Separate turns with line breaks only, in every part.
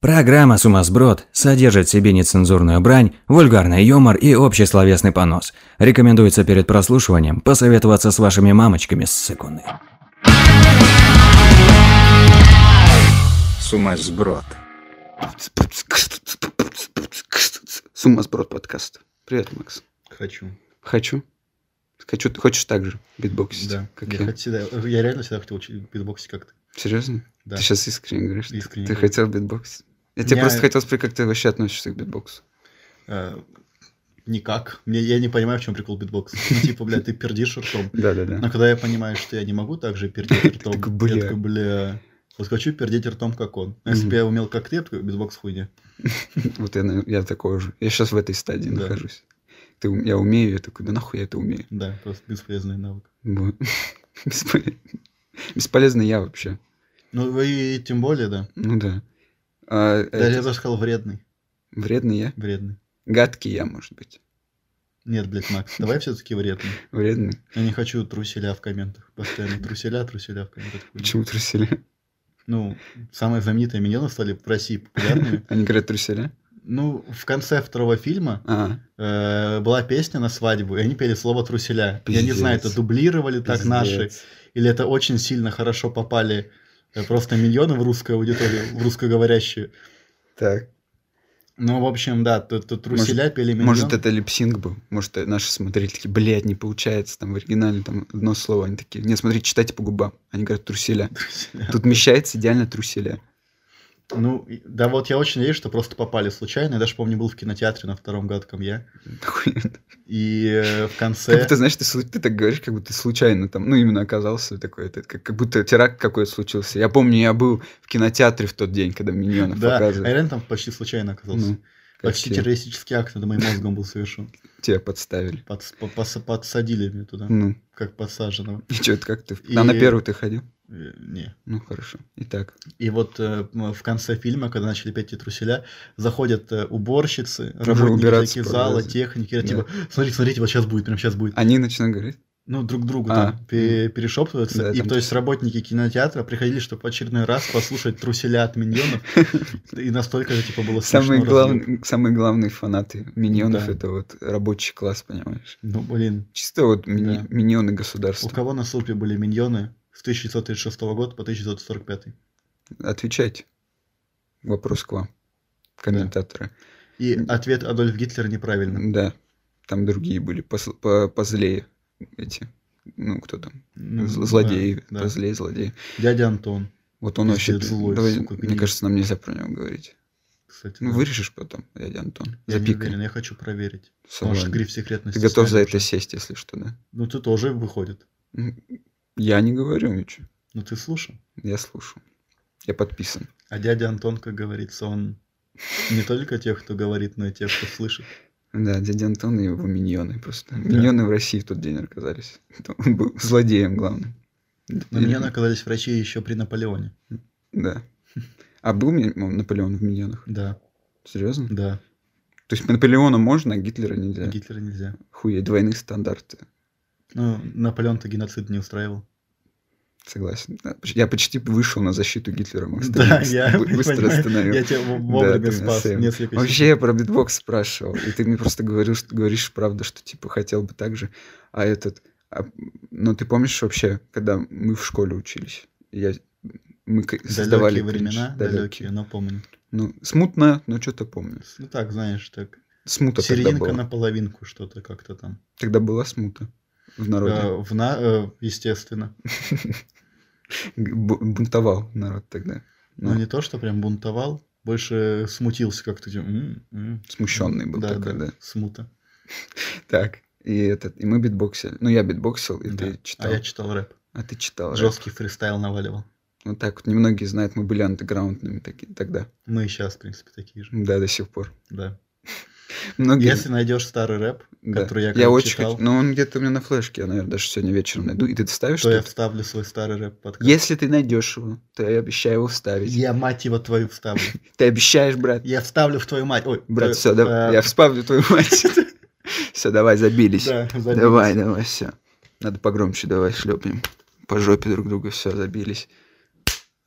Программа «Сумасброд» содержит в себе нецензурную брань, вульгарный юмор и общий словесный понос. Рекомендуется перед прослушиванием посоветоваться с вашими мамочками с секунды.
Сумасброд.
Сумасброд подкаст. Привет, Макс.
Хочу.
Хочу. Хочу, ты хочешь так же битбоксить?
Да.
Как
я,
я?
хоть всегда, я реально всегда хотел учить битбоксить как-то.
Серьезно?
Да.
Ты сейчас искренне говоришь? что
Искренне
Ты
говорю.
хотел битбоксить? Я тебе
Меня-
просто хотел спросить, как ты вообще относишься к битбоксу?
Э, никак. Мне, я не понимаю, в чем прикол битбокса. Ну, типа, бля, ты пердишь ртом. Но
Да-да-да.
когда я понимаю, что я не могу так же пердеть ртом,
такой, «Бля».
я такой, бля, вот хочу пердеть ртом, как он. А если
Мгм.
бы я умел, как ты, я бы такой, битбокс хуйня.
Вот я, наверно, я такой же. Я сейчас в этой стадии
Да.
нахожусь. Ты, ум- я умею, я такой, да нахуй я это умею.
Да, просто бесполезный навык.
Бо- Бесполе- Бесполезно я вообще.
Ну, и тем более, да.
Ну да. А,
Да, я
это-
даже сказал вредный.
Вредный я?
Вредный.
Гадкий я, может быть.
Нет, блядь, Макс, давай все-таки вредный.
Вредный?
Я не хочу труселя в комментах. Постоянно труселя, труселя в комментах.
Почему труселя? миньоны
Ну, самые знаменитые миньоны стали в России популярными.
Они говорят труселя?
Ну, в конце второго фильма
А,
э, была песня на свадьбу, и они пели слово «труселя». Я не знаю, это
Пиздец.
дублировали так наши,
пиздец.
или это очень сильно хорошо попали э, просто миньоны в русскую аудиторию, в русскоговорящую.
Так.
Ну, в общем, да, то, то «труселя» пели миньоны.
Может, это липсинг был. Может, э, наши смотрели такие, блядь, не получается. Там в оригинале там одно слово. Они такие, нет, смотри, читайте по губам. Они говорят труселя.
«Труселя».
Тут вмещается идеально труселя.
Ну, и- да вот я очень надеюсь, что просто попали случайно. Я даже помню, был в кинотеатре на втором гадком я.
Охуенно.
И э, в
Как
конце...
будто, знаешь, ты, слу- ты так говоришь, как будто ты случайно там, ну, именно оказался такой, этот, как, как будто теракт какой-то случился. Я помню, я был в кинотеатре в тот день, когда миньонов
Да, а я
показывали.
реально там почти случайно оказался.
Ну, как
Почти
те-
террористический акт над моим мозгом был совершен.
Тебя подставили.
Подс- по- пос- Подсадили меня туда,
Ну,
как подсаженного.
и что, как ты?
И-
А на первую ты ходил?
Э, Не.
Ну, хорошо. Итак.
И вот э, м, в конце фильма, когда начали петь эти труселя, заходят э, уборщицы, работники
убираться
всякие
пора,
зала,
да.
техники, говорят,
Да.
типа, смотрите, смотрите, вот сейчас будет, прям сейчас будет.
Они начинают говорить.
Ну, друг к другу
А.
там пе- перешептываются.
Да,
и
там
то есть работники кинотеатра приходили, чтобы в очередной раз послушать труселя от миньонов. И настолько же, типа, было смешно.
Самые,
разъеб.
главные, самые главные фанаты миньонов
Да.
это вот рабочий класс, понимаешь?
Ну, блин,
Чисто вот мини-
Да.
миньоны
у
государства.
кого на службе были миньоны с 1936 года по 1945?
Отвечайте. Вопрос к вам, комментаторы.
И
М.
ответ Адольф Гитлер
Да,
неправильно.
там другие были посл- по- позлее эти. Ну, кто там?
Ну,
З- злодеи.
да, да.
Позлее злодеи.
Дядя Антон,
Вот он
Пиздец,
вообще...
злой,
давай,
сука,
мне
гнида.
кажется, нам нельзя про него говорить.
кстати.
Ну,
да.
вырежешь потом, дядя Антон.
Я не
Запикай.
уверен, я хочу проверить.
Всё,
Потому что
ладно.
гриф секретности.
Ты готов за
сняли
это
уже.
сесть, если что, да?
Ну, ты тоже выходит.
М, Я не говорю ничего.
Ну, ты слушал.
Я слушаю. Я подписан.
А дядя Антон, как говорится, он не только тех, кто говорит, но и тех, кто слышит.
Да, дядя Антон и его миньоны просто.
Да.
Миньоны в России в тот день оказались. Это Он был злодеем главным.
На
Или-
меня оказались в России еще при Наполеоне.
Да. А был ми- ну, Наполеон в миньонах?
Да,
Серьезно?
да.
То есть Наполеона можно, а Гитлера нельзя?
Гитлера нельзя.
Хуя, двойные стандарты.
Ну, Наполеон-то геноцид не устраивал.
Согласен. Да, поч- Я почти вышел на защиту Гитлера. Макс, ты меня
Да,
быс-
я,
бы- быстро
понимаю,
остановил.
я тебя в-
Да,
вовремя
ты меня
спас
сэм.
несколько
Вообще я про битбокс спрашивал, и ты мне просто говорил, что говоришь правду, что типа хотел бы так же. А этот... а, но ты помнишь вообще, когда мы в школе учились? Я, мы к-
секунд.
создавали...
Далекие времена,
кринж,
далекие, но помню.
Ну, смутно, но что-то помню.
Ну так, знаешь, так.
Смута Ну, тогда
Серединка
была.
на половинку что-то как-то там.
Тогда была смута в народе.
Э, в на- э, естественно.
Г- бу- Бунтовал народ тогда.
Но не то, что прям бунтовал, больше смутился как-то. типа, «М, м».
Смущенный был
Да,
такой,
да,
да.
Смута.
Так, и этот... И мы битбоксили. Ну, я битбоксил, и
Да.
ты
А
читал.
я читал рэп.
А ты читал. да?
Жесткий фристайл наваливал.
Вот так вот. Немногие знают, мы были андеграундными таки- тогда.
Мы и сейчас, в принципе, такие же.
Да, до сих пор.
Да.
Многие...
Если найдешь старый рэп,
Ну, да.
который я
я
когда
очень
читал,
хочу. Но он где-то у меня на флешке, я, наверное, даже сегодня вечером найду. И ты вставишь
то я
что-то?
вставлю свой старый рэп в подкаст.
Если ты найдешь его, то я обещаю его вставить.
Я мать его твою вставлю.
Ты обещаешь, брат?
Я вставлю в твою мать. Ой,
Брат,
твою-
все,
э,
давай. Я вспавлю твою мать. Все, давай, забились.
Да, забей.
Давай, давай, все. Надо погромче, давай, шлепнем. По жопе друг друга, все, забились.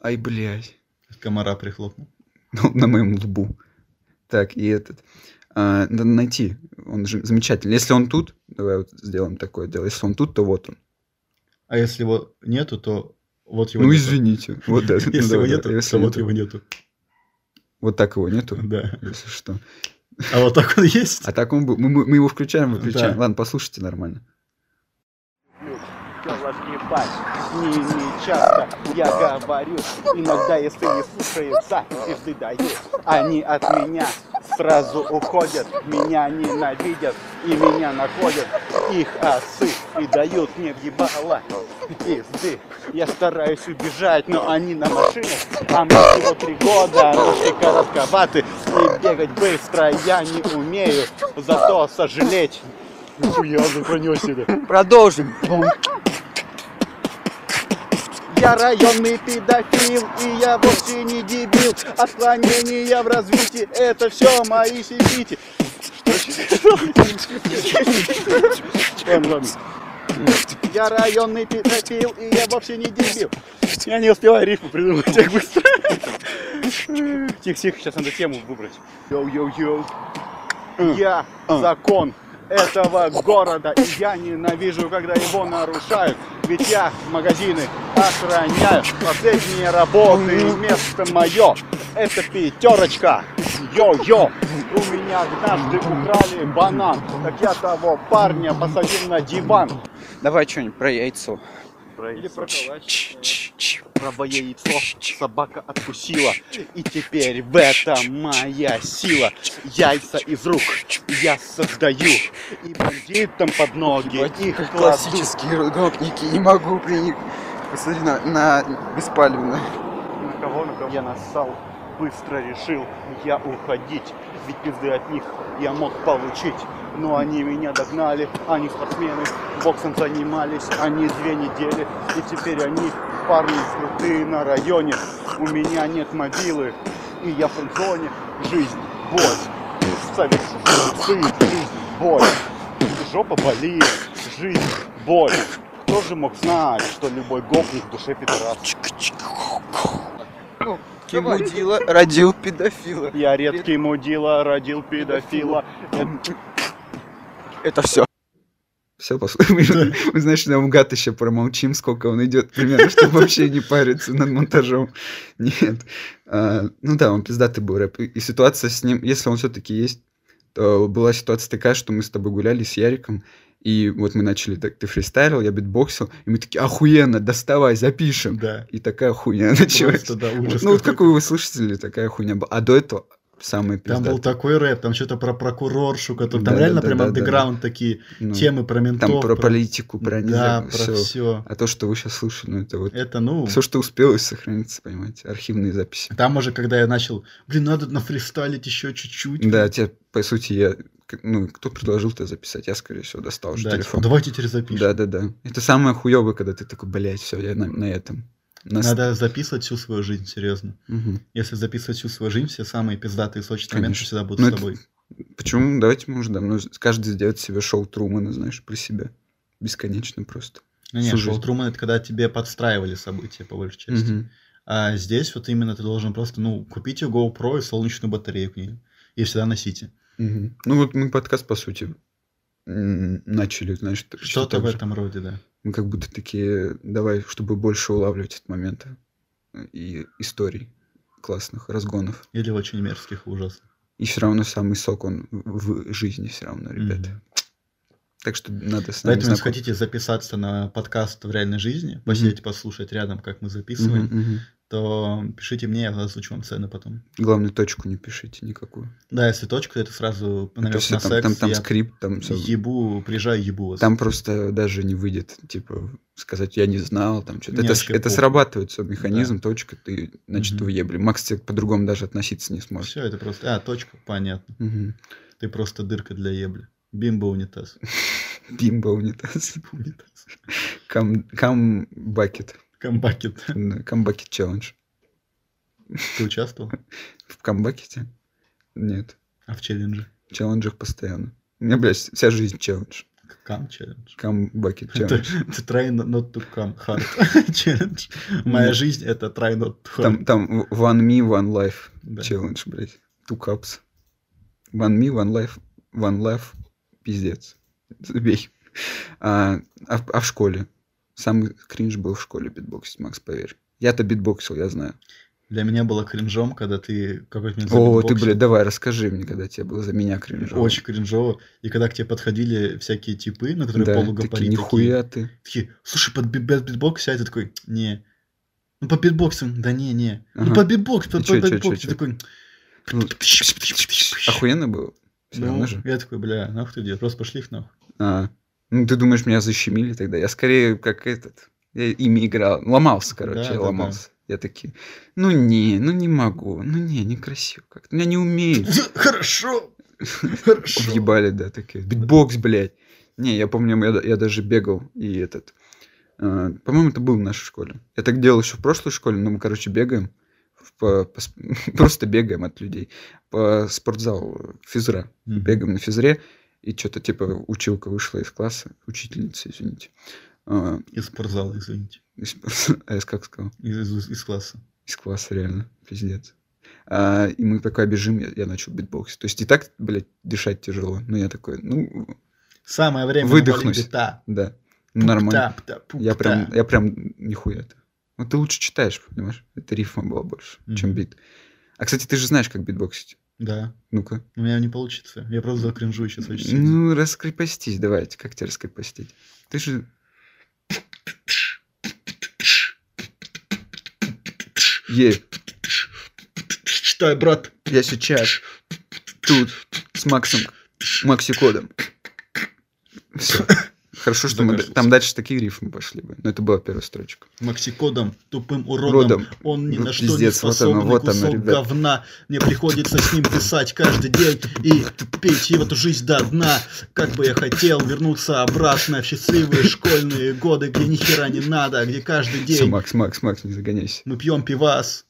Ай, блядь.
Комара прихлопнул.
ну, на моем лбу. Так, и этот. а, надо найти. Он же замечательный. Если он тут, давай вот сделаем такое дело. Если он тут, то вот он.
А если его нету, то вот его
ну,
Типа нету.
извините. Вот, да, ну,
Если его
давай, да,
нету,
если
то вот
нету.
его нету.
Вот так его нету,
Да.
если что.
А вот так он есть.
А так он был. Мы, мы- мы его включаем, выключаем.
Да.
Ладно, послушайте нормально.
Всё ваш ебать, не, не часто я говорю, иногда если не слушаются, пизды даю, они от меня сразу уходят, меня ненавидят и меня находят, их осы и дают мне в ебало пизды. Я стараюсь убежать, но они на машине, а мне всего три года, руки коротковаты, и бегать быстро я не умею, зато сожалеть. Нихуя вы про него себе.
Продолжим.
Я районный педофил, и я вовсе не дебил. Отклонения в развитии, это все мои сидите. Я районный педофил, и я вовсе не дебил. Я не успеваю рифму придумать так быстро. Тихо-тихо, сейчас надо тему выбрать. Йоу-йоу-йоу. Я закон этого города, и я ненавижу, когда его нарушают. Ведь я магазины охраняю. Последние работы и место мое. Это пятерочка. Йо-йо. У меня однажды украли банан. Так я того парня посадил на диван.
Давай что-нибудь про яйцо.
Или про Право яйцо собака откусила И теперь в этом моя сила Яйца из рук я создаю И бандитам под ноги их кладу
Классические гопники, не могу приник. Посмотри на, на Беспалевна.
На кого, на кого? Я нассал, быстро решил я уходить, ведь пизды от них я мог получить. Но они меня догнали, они спортсмены, боксом занимались, они две недели, и теперь они парни крутые на районе. У меня нет мобилы, и я в фронтоне. Жизнь, боль, совершенно сын, жизнь, боль. Жопа болит, жизнь, боль. Кто же мог знать, что любой гопник в душе пидорас?
Кимудила родил педофила.
Я редкий мудила, родил педофила.
Это все.
Все, послушаем. Мы, знаешь, наугад еще промолчим, сколько он идет примерно, чтобы вообще не париться над монтажом. Нет. А, Ну да, он пиздатый был рэп. И- И ситуация с ним, если он все-таки есть, то была ситуация такая, что мы с тобой гуляли с Яриком, и вот мы начали, так ты фристайлил, я битбоксил, и мы такие, охуенно, доставай, запишем.
Да.
И такая хуйня началась.
Просто, да, ужас
Ну вот
какой.
как у его слушателей такая хуйня была. А до этого самые
Там был
пиздатые.
такой рэп, там что-то про прокуроршу, который... Там
Да,
реально
да,
прям
да, да,
андеграунд такие
Ну,
темы про ментов.
Там про политику, про
Да,
нельзя-
про
всё.
все.
А то, что вы сейчас слушали, ну это вот
Это, ну...
все, что успелось сохраниться, понимаете, архивные записи.
Там уже, когда я начал, блин, надо нафристайлить еще чуть-чуть.
Да, типа, тебе, по сути, я, к- ну, кто предложил это записать, я, скорее всего, достал уже
Да, типа,
телефон.
давайте теперь запишем.
да, да, да. Это самое хуёвое, когда ты такой, блядь, все, я на, на этом. На с-
Надо записывать всю свою жизнь, серьезно.
Мгм.
Если записывать всю свою жизнь, все самые пиздатые сочные моменты
Конечно.
всегда будут
Ну,
с
это-
тобой.
Почему? Давайте мы уже давно, с- каждый сделает себе шоу Трумана, знаешь, про себя. Бесконечно просто.
Ну, не,
всю
Шоу
жизнь.
Трумана это когда тебе подстраивали события, типа, по большей части.
Мгм.
А здесь вот именно ты должен просто, ну, купить её GoPro и солнечную батарею к ней. И всегда носите.
Мгм. Ну вот мы подкаст, по сути, м, начали, знаешь, т- всё
Что-то
так
в
же.
этом роде, да.
Мы как будто такие, давай, чтобы больше улавливать от момента и историй классных, разгонов.
Или очень мерзких ужас.
И все равно самый сок, он в в жизни все равно, ребята.
Мгм.
Так что надо с нами
Поэтому, если
знаком-
хотите записаться на подкаст в реальной жизни, посидеть, послушать рядом, как мы записываем,
Мгм, мгм.
то пишите мне, я озвучу вам цены потом.
Главное, точку не пишите никакую.
Да, если точка, это сразу
А то
намек
всё
Ну, на
там,
секс.
там, там
я
скрипт, там всё.
ебу, приезжаю, ебу вас.
Там просто даже не выйдет, типа, сказать, я не знал, там что-то.
Не,
Это, с-
вообще
это
похуй.
срабатывает все, механизм, точка, ты, значит,
Мгм.
уебли. Макс тебе по-другому даже относиться не сможет.
Все, это просто... А, точка, понятно.
Мгм.
Ты просто дырка для ебли. Бимбо унитаз.
Бимба унитаз.
Унитаз.
Кам кам бакет.
Камбакет.
Да, Кам бакет челлендж.
Ты участвовал?
В камбакете? Нет.
А в челлендже?
В челленджах постоянно. У меня, блядь, вся жизнь челлендж.
Кам челлендж.
Камбакет
Это
челлендж.
try not to come hard челлендж. Моя
Нет.
жизнь это try not to hard.
Там, там one me, one life
Да.
челлендж, блядь. Two cups. One me, one life. One life. Пиздец. Забей. А, а в- а в школе? Самый кринж был в школе битбоксить, Макс, поверь. Я-то битбоксил, я знаю.
Для меня было кринжом, когда ты какой-то момент
О, ты,
забитбоксил.
блядь, давай расскажи мне, когда тебе было за меня кринжово.
Очень кринжово. И когда к тебе подходили всякие типы, на которые
да,
полугопари
такие, нихуя ты.
такие, слушай, под би- бит- битбокс, а ты такой, не. Ну, по битбоксу, да не, не.
Ага.
Ну, по битбокс, по,
И
по
чё, чё,
битбоксу».
чё,
Ты такой,
Ну, Охуенно было? Все
ну,
равно же.
я такой, бля, нахуй ты где, просто пошли их нахуй.
А, ну ты думаешь, меня защемили тогда? Я скорее как этот. Я ими играл. Ломался, короче,
Да,
я
да, да.
ломался. Я такие, ну не, ну не могу, ну не, некрасиво как-то. Меня не умеют.
Хорошо, хорошо.
Въебали, да, такие. Битбокс, блядь. Не, я помню, я, я даже бегал и этот... а, по-моему, это был в нашей школе. Я так делал еще в прошлой школе, но мы, короче, бегаем. в по- по сп- просто бегаем от людей. По спортзалу физра.
Мгм.
Бегаем на физре. И что-то типа училка вышла из класса. Учительница, извините. А,
Из спортзала, извините.
из, а я как сказал?
Из, из- из класса.
Из класса, реально. Пиздец. А, и мы такой бежим, я, я начал битбоксить. То есть и так, блядь, дышать тяжело. Но я такой, ну,
Самое время
Выдохнусь.
Да.
Да. Ну, Нормально. Я прям, я прям нихуя ты. Ну ты лучше читаешь, понимаешь? Это рифма была больше, чем
Мгм.
бит. А кстати, ты же знаешь, как битбоксить.
Да.
Ну-ка.
У меня не получится. Я просто закринжу сейчас очень сильно.
Ну, раскрепостись, давайте. Как тебя раскрепостить? Ты же. Е,
Читай, брат.
я сейчас тут с Максом, Максикодом. Все. Хорошо, что мы... д- Там
Закашлялся.
дальше такие рифмы пошли бы. Но это была первая строчка.
Максикодом, тупым уродом.
Родом.
Он ни
Ну,
на что не
пиздец, вот оно,
способен.
вот оно,
кусок
ребят.
говна. Мне приходится с ним писать каждый день и пить его эту жизнь до дна. Как бы я хотел вернуться обратно в счастливые школьные годы, где ни хера не надо, где каждый
Все,
день
Макс, Макс, Макс, не загоняйся.
мы пьем пивас,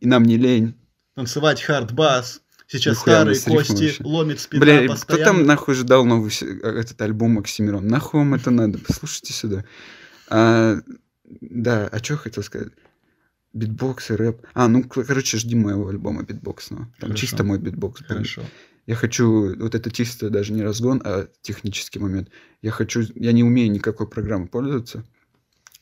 И нам не лень.
танцевать хардбас. Сейчас
Нихуя у
старые
нас рифмы
кости
вообще.
ломит спина
Бля, кто
постоянно.
там нахуй же дал новый се- э, этот альбом Оксимирон? Нахуй вам это надо? Послушайте сюда. А, да, а что хотел сказать? Битбокс и рэп. А, ну, к- короче, жди моего альбома битбоксного. Там
Хорошо.
чисто мой битбокс. будет.
Хорошо.
Я хочу, вот это чисто даже не разгон, а технический момент. Я хочу, я не умею никакой программы пользоваться,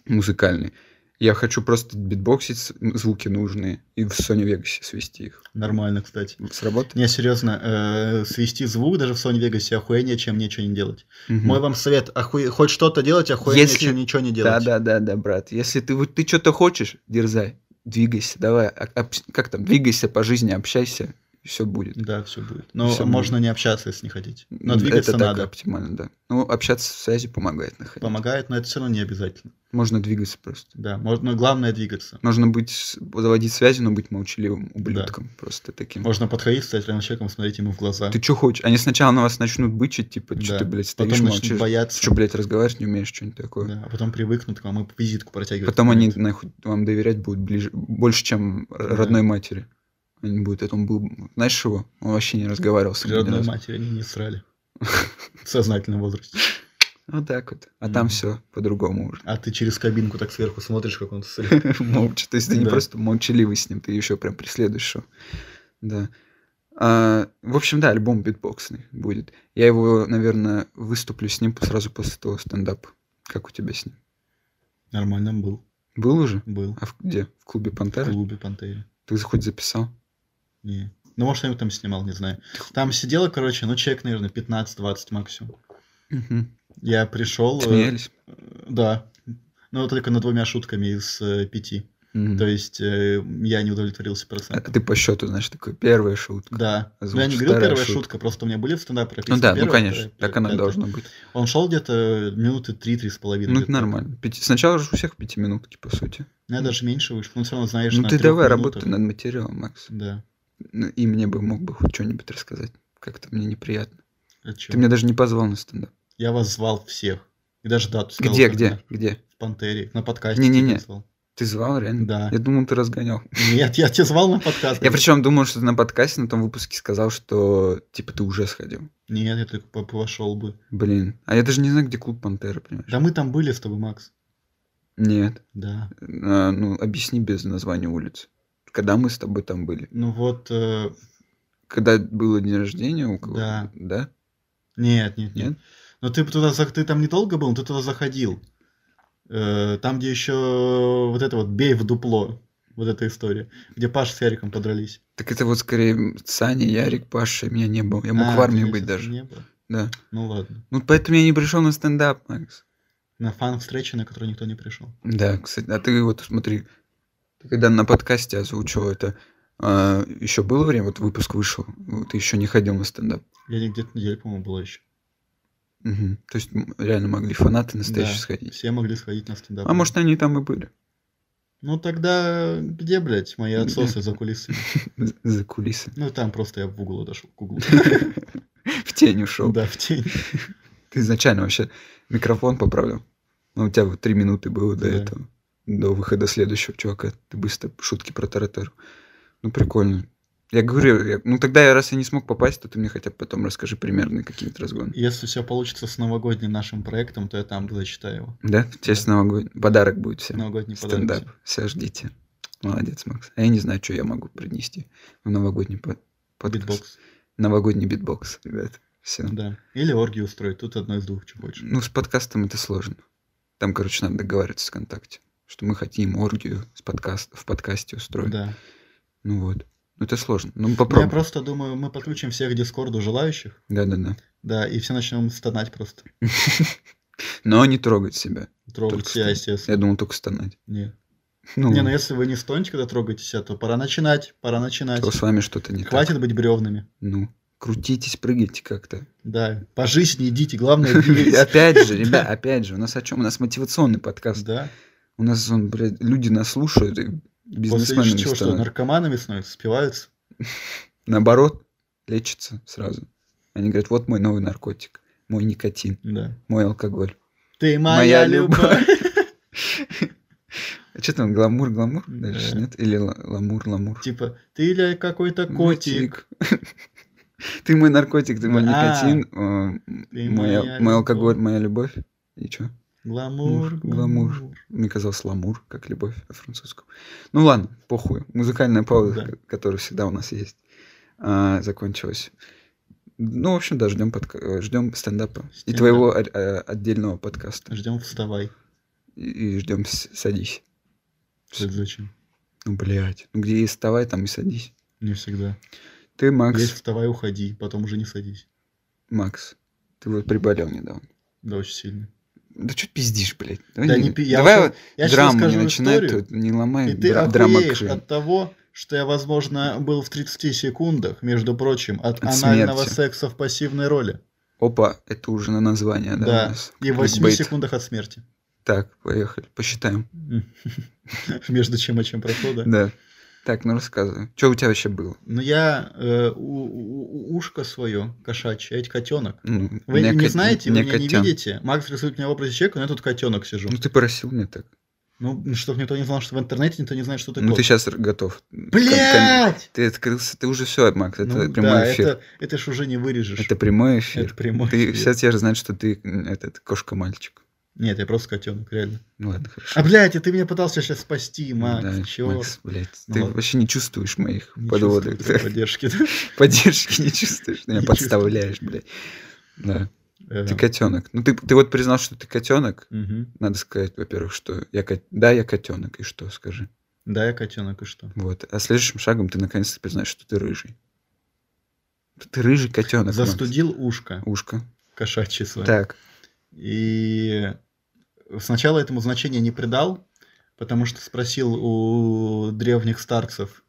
музыкальной. Я хочу просто битбоксить с- м, звуки нужные и в Sony Vegas свести их.
Нормально, кстати.
Сработает?
Не, серьезно, э, свести звук даже в Sony Vegas охуеннее, чем ничего не делать. Мой вам совет, охуе- хоть что-то делать, охуеннее,
Если-
чем ничего не
Да,
делать.
да, да, да, брат. Если ты вот ты что-то хочешь, дерзай, двигайся, давай, а- общ- как там, двигайся по жизни, общайся, все будет.
Да, все будет. Но
Всё
можно не общаться, если не хотите. Но двигаться
это так
надо.
оптимально, да. Ну, общаться в связи помогает находить.
Помогает, но это все равно не обязательно.
Можно двигаться просто.
Да, можно, но главное двигаться.
Можно быть, с- заводить связи, но быть молчаливым ублюдком. Просто таким.
Можно подходить, стать рядом с человеком, смотреть ему в глаза.
Ты что хочешь? Они сначала на вас начнут бычить, типа, что
Да.
ты, блядь, стоишь,
потом начнут
молчишь.
бояться.
Что, блядь, разговаривать не умеешь, что-нибудь такое.
Да, а потом привыкнут к вам и визитку протягивать.
Потом
в
они
момент.
нахуй вам доверять будут ближе, больше, чем р- родной матери. Они будут, это он был, знаешь чего? Он вообще не разговаривал с
При
ним ни
родной
разу.
матери они не срали. В сознательном возрасте.
Вот так вот. А
Мгм.
там все по-другому уже.
А ты через кабинку так сверху смотришь, как он ссыт.
Молча. То есть ты не
Да.
просто молчаливый с ним, ты еще прям преследуешь его. Да. А, в общем, да, альбом битбоксный будет. Я его, наверное, выступлю с ним сразу после того стендапа. Как у тебя с ним?
Нормально был.
Был уже?
Был.
А в- где? В клубе
В
Пантера?
клубе Пантери.
Ты хоть записал?
Не. Ну, может, я там снимал, не знаю. Там сидело, короче, ну, человек, наверное, 15-20 максимум.
Мгм.
Я пришел... э,
Смеялись?
Э, Да. Но только над двумя шутками из э, пяти.
Мгм.
То есть э, я не удовлетворился
А
процентом.
ты по счету, знаешь, такой первая шутка.
Да.
озвучишь
Ну, я не говорил
вторая
первая
шутка.
шутка. просто у меня были в стендапе прописаны.
Ну да, ну
первая,
конечно,
вторая,
так она
пятая.
должна быть.
Он шел где-то э, минуты три-три с половиной.
Ну это
где-то.
нормально. Пяти- Сначала же у всех пятиминутки, по сути.
У меня даже меньше вышло, но все равно знаешь,
ну
на
ты
трёх
давай
минутах.
работай над материалом, Макс.
Да.
Ну, И мне бы мог бы хоть что-нибудь рассказать. Как-то мне неприятно.
А чё?
Ты меня даже не позвал на стендап.
Я вас звал всех. И даже дату сказал,
где,
когда.
где, где?
В Пантере, на подкасте.
Не-не-не.
тебе прислал.
Ты звал реально?
Да.
Я думал, ты разгонял.
Нет, я тебя звал на подкаст.
Я причем думал, что ты на подкасте на том выпуске сказал, что типа ты уже сходил.
Нет, я только по- пошел бы.
Блин. А я даже не знаю, где клуб Пантера, понимаешь?
Да мы там были с тобой, Макс.
Нет.
Да.
А, ну, объясни без названия улиц. Когда мы с тобой там были?
Ну вот, э,
Когда было день рождения у кого
Да.
Да?
нет, нет, нет.
Нет?
Но ты туда, за- ты там недолго был, но ты туда заходил. Э, Там, где еще вот это вот «бей в дупло», вот эта история, где Паша с Яриком подрались.
Так это вот скорее Саня, Ярик, Паша, меня не было. Я мог
А,
в армии
тебя
быть
сейчас
даже.
не было?
Да.
Ну ладно.
Ну, поэтому я не пришел на стендап, Макс.
На фан-встрече, на которую никто не пришел.
Да, кстати, а ты вот смотри, ты когда на подкасте озвучил это, еще было время, вот выпуск вышел, вот ты еще не ходил на стендап.
Я не- где-то неделю, по-моему, было еще.
Мгм. То есть м, реально могли фанаты настоящие
Да,
сходить.
Все могли сходить на стендап.
А может, они там и были.
Ну тогда где, блядь, мои отсосы за кулисами?
З- За кулисами.
Ну там просто я в угол отошел, к углу.
В тень ушел.
Да, в тень.
Ты изначально вообще микрофон поправил. Ну, у тебя вот три минуты было до
Да.
этого. До выхода следующего чувака. Ты быстро шутки протараторил. Ну, прикольно. Я говорю, я- ну тогда я раз я не смог попасть, то ты мне хотя бы потом расскажи примерно какие-то разгоны.
Если все получится с новогодним нашим проектом, то я там зачитаю его.
Да? В честь новогодний подарок будет всем.
Новогодний подарок.
Стендап. Все ждите. Молодец, Макс. А я не знаю, что я могу принести в новогодний по-
всем.
подкаст.
Битбокс.
Новогодний битбокс, ребят. Все.
Да. Или оргию устроить. Тут одно из двух, что хочешь.
Ну, с подкастом это сложно. Там, короче, надо договариваться ВКонтакте, что мы хотим оргию с подкаст... в подкасте устроить.
Да.
Ну вот. Ну, это сложно. Ну,
Ну, Я
попробуй.
просто думаю, мы подключим всех к дискорду желающих.
Да-да-да.
Да, и все начнем стонать просто.
Но не трогать себя.
Трогать
Только
себя,
что-
естественно.
Я думал, только стонать.
Не.
Ну,
не, ну если вы не стонете, когда трогаете себя, то пора начинать, пора начинать.
то с вами что-то не
Хватит
так.
быть бревнами.
Ну, крутитесь, прыгайте как-то.
Да, по жизни идите, главное двигайтесь.
Опять же, ребят, опять же, у нас о чем? У нас мотивационный подкаст.
Да.
У нас, он, блядь, люди нас слушают и
После
бизнесменами
чего, что
становятся.
наркоманами становятся, спиваются.
Наоборот, лечатся сразу. Они говорят, вот мой новый наркотик, мой никотин,
Да.
мой алкоголь.
Ты моя, любовь.
А что там, гламур, гламур?
Да.
Дальше нет? Или ла- ламур, ламур?
Типа, ты ли какой-то Типа котик?
Котик. Ты мой наркотик, ты мой
Да.
никотин, э,
Ты
моя-
моя
мой алкоголь,
любовь.
моя любовь. И что?
Гламур,
Гламур. Мне казалось, ламур, как любовь о французском. Ну ладно, похуй. Музыкальная пауза,
Да.
ко- которая всегда у нас есть, а, закончилась. Ну, в общем, да, ждем, ждем стендапа. И
Стендап.
твоего а- а, отдельного подкаста.
Ждем, вставай.
И, и ждем с- садись.
Что это зачем?
Ну, блядь. Ну, где и вставай, там и садись.
Не всегда.
Ты, Макс,
Есть вставай, уходи, потом уже не садись.
Макс, ты вот приболел недавно.
Да, очень сильно.
Да что пиздишь, блядь? Давай,
Да
не,
не пи- я
давай
вообще-
вот
я сейчас
драму не
расскажу
начинай,
историю,
тут не ломай
И ты
э, дра- драма
охуеешь
крым.
от того, что я, возможно, был в 30 секундах, между прочим, от,
От
анального
смерти.
секса в пассивной роли.
Опа, это уже на название, да?
Да.
у нас?
И в 8
Кликбейт.
секундах от смерти.
Так, поехали, посчитаем.
Между чем и чем прошло, да?
Да. Так, ну рассказывай. Что у тебя вообще было?
Но я э, у- у- у- ушко свое кошачье, я ведь котенок.
Ну,
Вы
меня
не
кот-
знаете, вы
меня
меня не
котян.
видите. Макс рисует меня в образе человека, но я тут котенок сижу.
Ну, ты просил меня так.
Ну, чтобы никто не знал, что в интернете никто не знает, что ты
ну,
кот.
ты сейчас готов. Кон- кон-
Блядь!
Ты открылся, ты уже все, Макс, это
Ну
прямой
да,
эфир.
это, это ж уже не вырежешь.
Это прямой эфир.
Это прямой
ты,
эфир.
Все теперь знают, что ты м, этот кошка-мальчик.
Нет, я просто котенок, реально.
Ну ладно, хорошо.
А, блядь, и ты меня пытался сейчас спасти, Макс,
Ну Да,
чё?
Макс, блядь,
Ну
ты
ладно.
вообще не чувствуешь моих
Не
подводок.
чувствую
да.
поддержки.
Поддержки не чувствуешь, ты меня
Не чувствую.
подставляешь, блядь. Да.
Э,
Ты котенок. Ну, ты, ты вот признал, что ты котенок.
мгм.
Надо сказать, во-первых, что я кот... да, я котенок, и что, скажи.
Да, я котенок, и что?
Вот. А следующим шагом ты наконец-то признаешь, что ты рыжий. Ты- Ты рыжий котенок. Макс.
Застудил ушко
Ушко.
кошачье свое.
Так.
И сначала этому значения не придал, потому что спросил у древних старцев,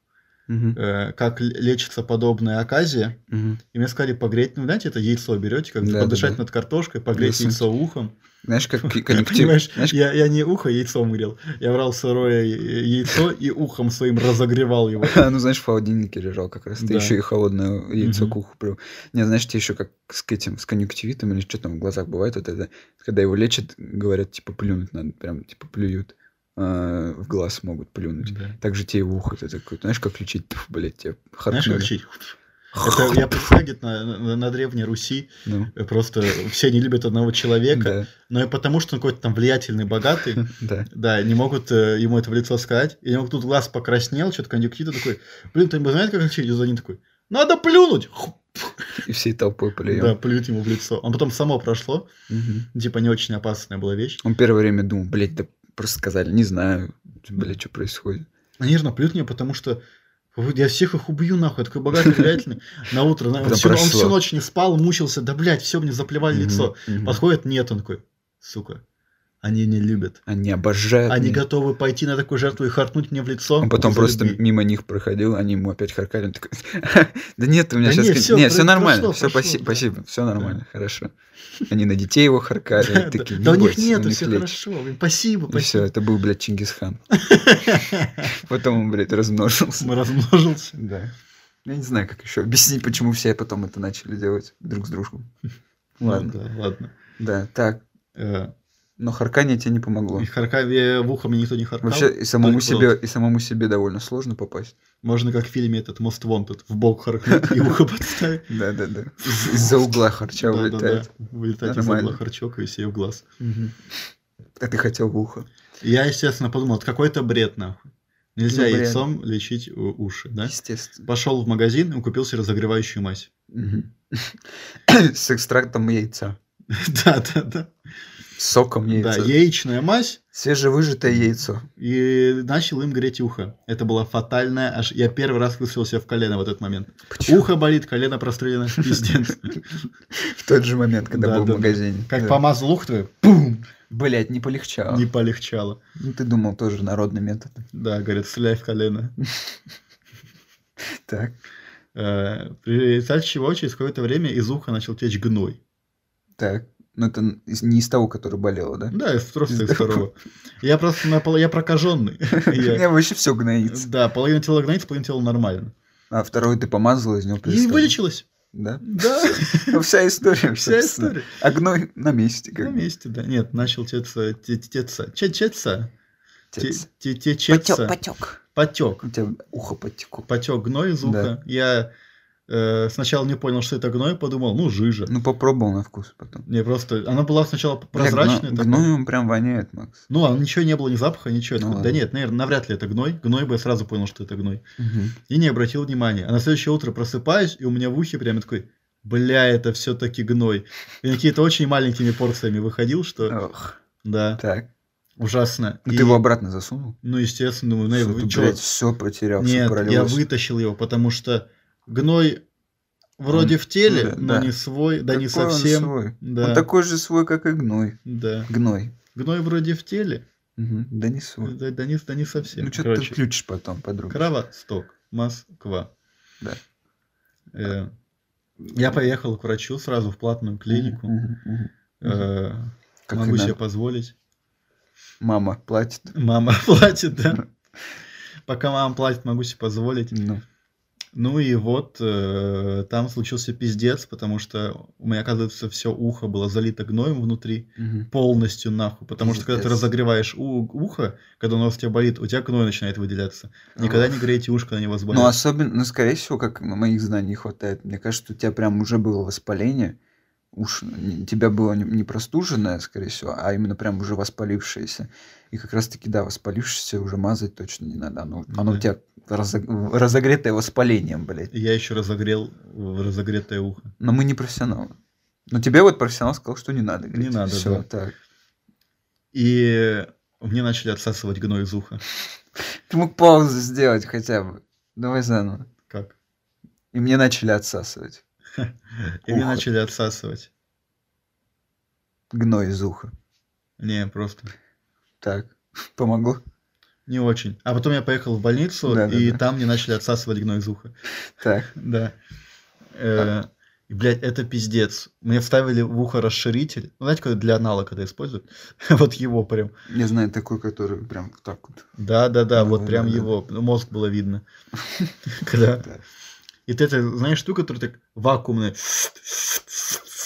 Мгм.
э, как л- лечится подобная оказия.
Мгм.
И мне сказали погреть, ну, знаете, это яйцо берете, как
Да, да,
подышать
да.
над картошкой, погреть
Да,
яйцо ухом.
Знаешь, как ки- конъюнктив.
Понимаешь,
Знаешь,
я, я не ухо яйцом грел, я брал сырое я- яйцо и ухом своим разогревал его.
А, ну, знаешь, в холодильнике лежал как раз. Ты
Да.
еще и холодное яйцо
Мгм.
к уху прив- Не, знаешь, тебе еще как с этим, с конъюнктивитом или что там в глазах бывает, вот это, когда его лечат, говорят, типа, плюнуть надо, прям, типа, плюют. э, в глаз могут плюнуть.
Да.
Также тебе и в ухо. Ты такой, знаешь, как лечить? Тьф, блядь, тебе
Знаешь, как
харкнули.
лечить? Это я представляю, где-то на, на- на Древней Руси
Ну,
э, просто все не любят одного человека,
да,
но и потому, что он какой-то там влиятельный, богатый,
да.
Да, не могут э, ему это в лицо сказать. И у него тут глаз покраснел, что-то конъюнктита такой. Блин, ты не знаешь, как лечить? И за ним такой. Надо плюнуть! Хуп!
И всей толпой
Да,
плюем.
плюют ему в лицо. Он потом само прошло.
Мгм.
Типа не очень опасная была вещь.
Он первое время думал, блядь, да просто сказали, не знаю, блядь, что происходит.
Они же наплюют мне, потому что «Вот я всех их убью нахуй, я такой богатый, влиятельный. На утро, на- он,
Потом
всю, он
прошло.
всю ночь не спал, мучился, да блядь, все мне заплевали
Мгм,
лицо.
мгм.
Подходит, нет, он такой, сука, они не любят.
Они обожают.
Они
меня.
готовы пойти на такую жертву и хартнуть мне в лицо.
Он А потом
из-за
просто
любви».
мимо них проходил, они ему опять харкали. Он такой, да нет, у меня
Да
сейчас...
не,
кон-
всё,
Не, все
про-
нормально,
прошло,
все,
прошло,
спасибо,
да.
спасибо, все нормально, хорошо. Они на детей его харкали,
Да,
и такие,
да, да у
не
них
бойтесь, он
нету,
их
все
лечит».
хорошо. блин, Спасибо,
И все,
спасибо.
это был, блядь, Чингисхан. Потом он, блядь, размножился.
Мы размножился.
Да. Я не знаю, как еще объяснить, почему все потом это начали делать друг с другом. Ладно.
Да, ладно.
Да, так.
Э,
Но харканье тебе не помогло.
и харка- э, в ухо мне никто не харкал.
Вообще, и самому,
только в
себе,
рот.
и самому себе довольно сложно попасть.
Можно как в фильме этот Most Wanted, в бок харкнуть и ухо подставить.
Да, да, да. Из-за угла харча
Да, да,
вылетает.
да. Вылетать из
Нормально.
угла харчок и себе в глаз.
А ты хотел в ухо.
Я, естественно, подумал, это какой-то бред, нахуй. Нельзя
Ну, бред.
яйцом лечить э, уши, да?
Естественно.
Пошел в магазин и купил себе разогревающую мазь.
Мгм. С экстрактом яйца.
Да, да, да.
С Соком
Да,
яйца.
яичная мазь,
Свежевыжатое яйцо.
и начал им греть ухо. Это была фатальная аж Я первый раз выстрелил себе в колено в этот момент.
Почему?
Ухо болит, колено прострелено, пиздец.
В тот же момент, когда
Да,
был
да,
в
да.
магазине.
Как помазал ухо, твое,
Блять, не полегчало.
не полегчало.
Ну, ты думал тоже народный метод.
Да, говорит, стреляй в колено.
Так.
Э, В результате чего через какое-то время из уха начал течь гной.
Так. Ну, это из- не из того, который болело, да?
Да, из- просто из второго. Я просто напол... я прокаженный.
У меня
Я-
вообще все гноится.
Да, половина тела гноится, половина тела нормально.
А второй ты помазал из него
И
пристал.
вылечилась.
Да.
Да,
Ну, Вся история.
вся
собственно.
история.
А гной на месте. как
На
бы.
месте, да. Нет, начал теться, те- теться, че- четься, те-
Тец.
те- течеться,
потек.
потек.
У тебя ухо потекло.
потек гной из
Да.
уха. Я э, сначала не понял, что это гной, подумал, ну, жижа.
Ну, попробовал на вкус потом.
Не, просто... Она была сначала
Бля,
прозрачная.
гно-
такая.
Гноем прям воняет, Макс.
Ну, а ничего не было, ни запаха, ничего. Я
Ну
такой,
ладно.
да нет, наверное, навряд ли это гной. Гной бы я сразу понял, что это гной.
Мгм.
И не обратил внимания. А на следующее утро просыпаюсь, и у меня в ухе прям такой, бля, это все-таки гной. И на какие-то очень маленькими порциями выходил, что...
Ох,
Да,
Так.
ужасно.
А. Ну,
И-
Ты его обратно засунул?
Ну, естественно, думаю, наверное, чё,
все потерял, все
Нет, я
пролилось.
вытащил его, потому что гной вроде
Он-
в теле,
да,
но
да.
не свой, да не
Какой он
совсем.
свой?
Да.
Он такой же свой, как и гной.
Да.
Гной.
Гной вроде в теле,
Мгм, Да не свой.
да, да не, да не совсем.
Ну, что ты
Короче,
включишь потом, подруга.
Кровосток, Москва.
Да.
Э, я поехал к врачу сразу в платную клинику.
Мгм, мгм.
Э,
Как
могу
и
себе
надо.
позволить.
Мама платит.
Мама платит, да. Пока мама платит, могу себе позволить.
Ну,
Ну и вот э, там случился пиздец, потому что у меня, оказывается, все ухо было залито гноем внутри
мгм.
полностью нахуй. Потому что когда ты
Пиздец.
разогреваешь у- ухо, когда оно у тебя болит, у тебя гной начинает выделяться. Никогда не грейте ушко, на него болит.
Ну, особенно, ну, скорее всего, как м- моих знаний не хватает. Мне кажется, у тебя прям уже было воспаление. Уж не- тебя было не, не простуженное, скорее всего, а именно прям уже воспалившееся. И как раз-таки, да, воспалившееся уже мазать точно не надо. Оно, оно у
Ну Да.
тебя разог- разогретое воспалением, блядь.
Я еще разогрел в разогретое ухо.
Но мы не профессионалы. Но тебе вот профессионал сказал, что не надо. Говорить.
надо,
Все,
да.
так.
И мне начали отсасывать гной из уха.
Ты мог паузу сделать хотя бы. Давай заново.
Как?
И мне начали отсасывать.
И мне
Ухо.
начали отсасывать.
Гной из уха.
Не, просто.
Так. Помогло?
Не очень. А потом я поехал в больницу,
Да, да,
и
да.
там мне начали отсасывать гной из уха.
Так.
Да. Э, и, Блядь, это пиздец. Мне вставили в ухо расширитель. Ну, знаете, когда для аналога это используют? Вот его прям.
Я знаю такой, который прям так вот.
Да-да-да,
Ну,
вот прям
да-да.
его. Ну, Мозг было видно. Когда...
Да.
И ты это, знаешь, штука, которая так вакуумная.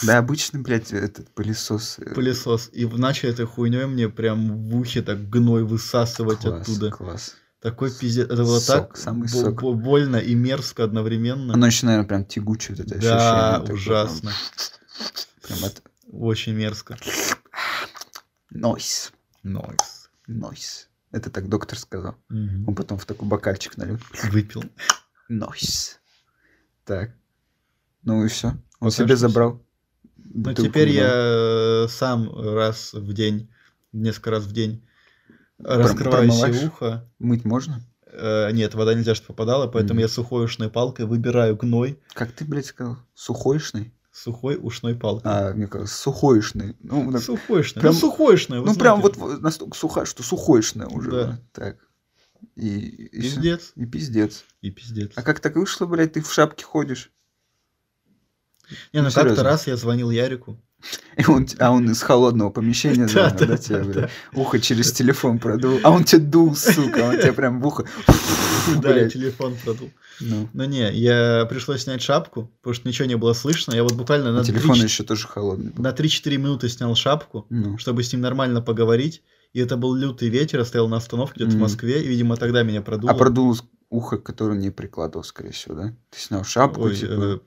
Да, обычно, блядь, этот пылесос. э,
пылесос. И начал этой хуйней мне прям в ухе так гной высасывать
класс,
оттуда.
Класс.
Такой пиздец. Это было
Сок,
так
самый
бо-
сок.
бо- больно и мерзко одновременно.
Оно еще, наверное, прям тягучее вот это
да,
ощущение. такое,
ужасно.
Прям, прям это...
Очень мерзко.
Нойс.
Нойс.
Нойс. Это так доктор сказал.
Мгм.
Он потом в такой бокальчик налил.
Выпил.
Нойс. Так. Ну и все. Он
Пока
себе
что всё.
забрал.
Ну,
бутылку,
теперь
да.
я э, сам раз в день, несколько раз в день раскрываю
промываешь?
себе ухо.
Мыть можно?
Э, нет, вода нельзя, чтобы попадала, поэтому
Мгм.
я сухой ушной палкой выбираю гной
Как ты, блядь, сказал? Сухойшный?
сухой ушной палкой.
А, мне кажется, сухойшный. Ну, так-
Сухой ушной.
прям-
ну, сухой ушной, вы
ну прям
знаете.
вот в- настолько сухая, что сухойшная уже.
Да.
да. Так. И, и всё.
Пиздец
И пиздец.
и пиздец.
А как так вышло, блядь, ты в шапке ходишь?
Не, ну
ну, серьезно.
как-то раз я звонил Ярику.
И он, т- а он из холодного помещения,
Да,
наверное, да,
да,
тебе,
да,
блядь, ухо через телефон продул. А он тебе дул, сука, он тебе прям в ухо.
Да, и
Блядь.
телефон продул.
Ну,
Ну не, я пришлось снять шапку, потому что ничего не было слышно. Я вот буквально на
а телефон
3-4
еще тоже холодный. был.
на 3-4 минуты снял шапку,
Ну,
чтобы с ним нормально поговорить. И это был лютый ветер, я стоял на остановке где-то в
Мгм.
Москве, и, видимо, тогда меня продуло.
а продул с- ухо, которое не прикладывал, скорее всего, да? Ты снял шапку,
Ой,
типа.
э,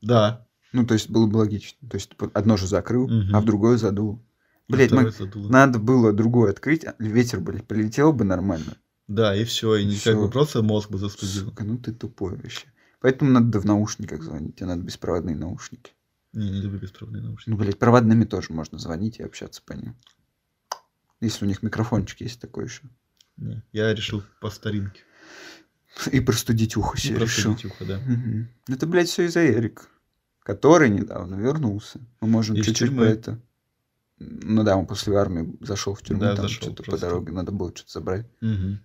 Да.
Ну, то есть было бы логично. То есть п- одно же закрыл,
Мгм.
а в другое задул. Блять,
второй
мы...
задуло.
надо было другое открыть, а ветер, блядь, прилетел бы нормально.
Да, и все, и не-
Всё.
как бы просто мозг бы застудил.
Сука, ну ты тупой вообще. Поэтому надо в наушниках звонить, тебе надо беспроводные наушники.
Не, не люблю беспроводные наушники.
Ну, блядь, проводными тоже можно звонить и общаться по ним. Если у них микрофончик есть такой еще.
Не, я решил по старинке.
И простудить ухо
И
себе
просто
решил.
битюха, да.
Мгм. Это, блядь, все из-за Эрика, который недавно вернулся. Мы можем
Из
чуть-чуть по
тюрьмы.
это. Ну да, он после армии зашел в тюрьму,
Да,
там
зашёл
что-то по
просто.
дороге надо было что-то забрать.
Мгм.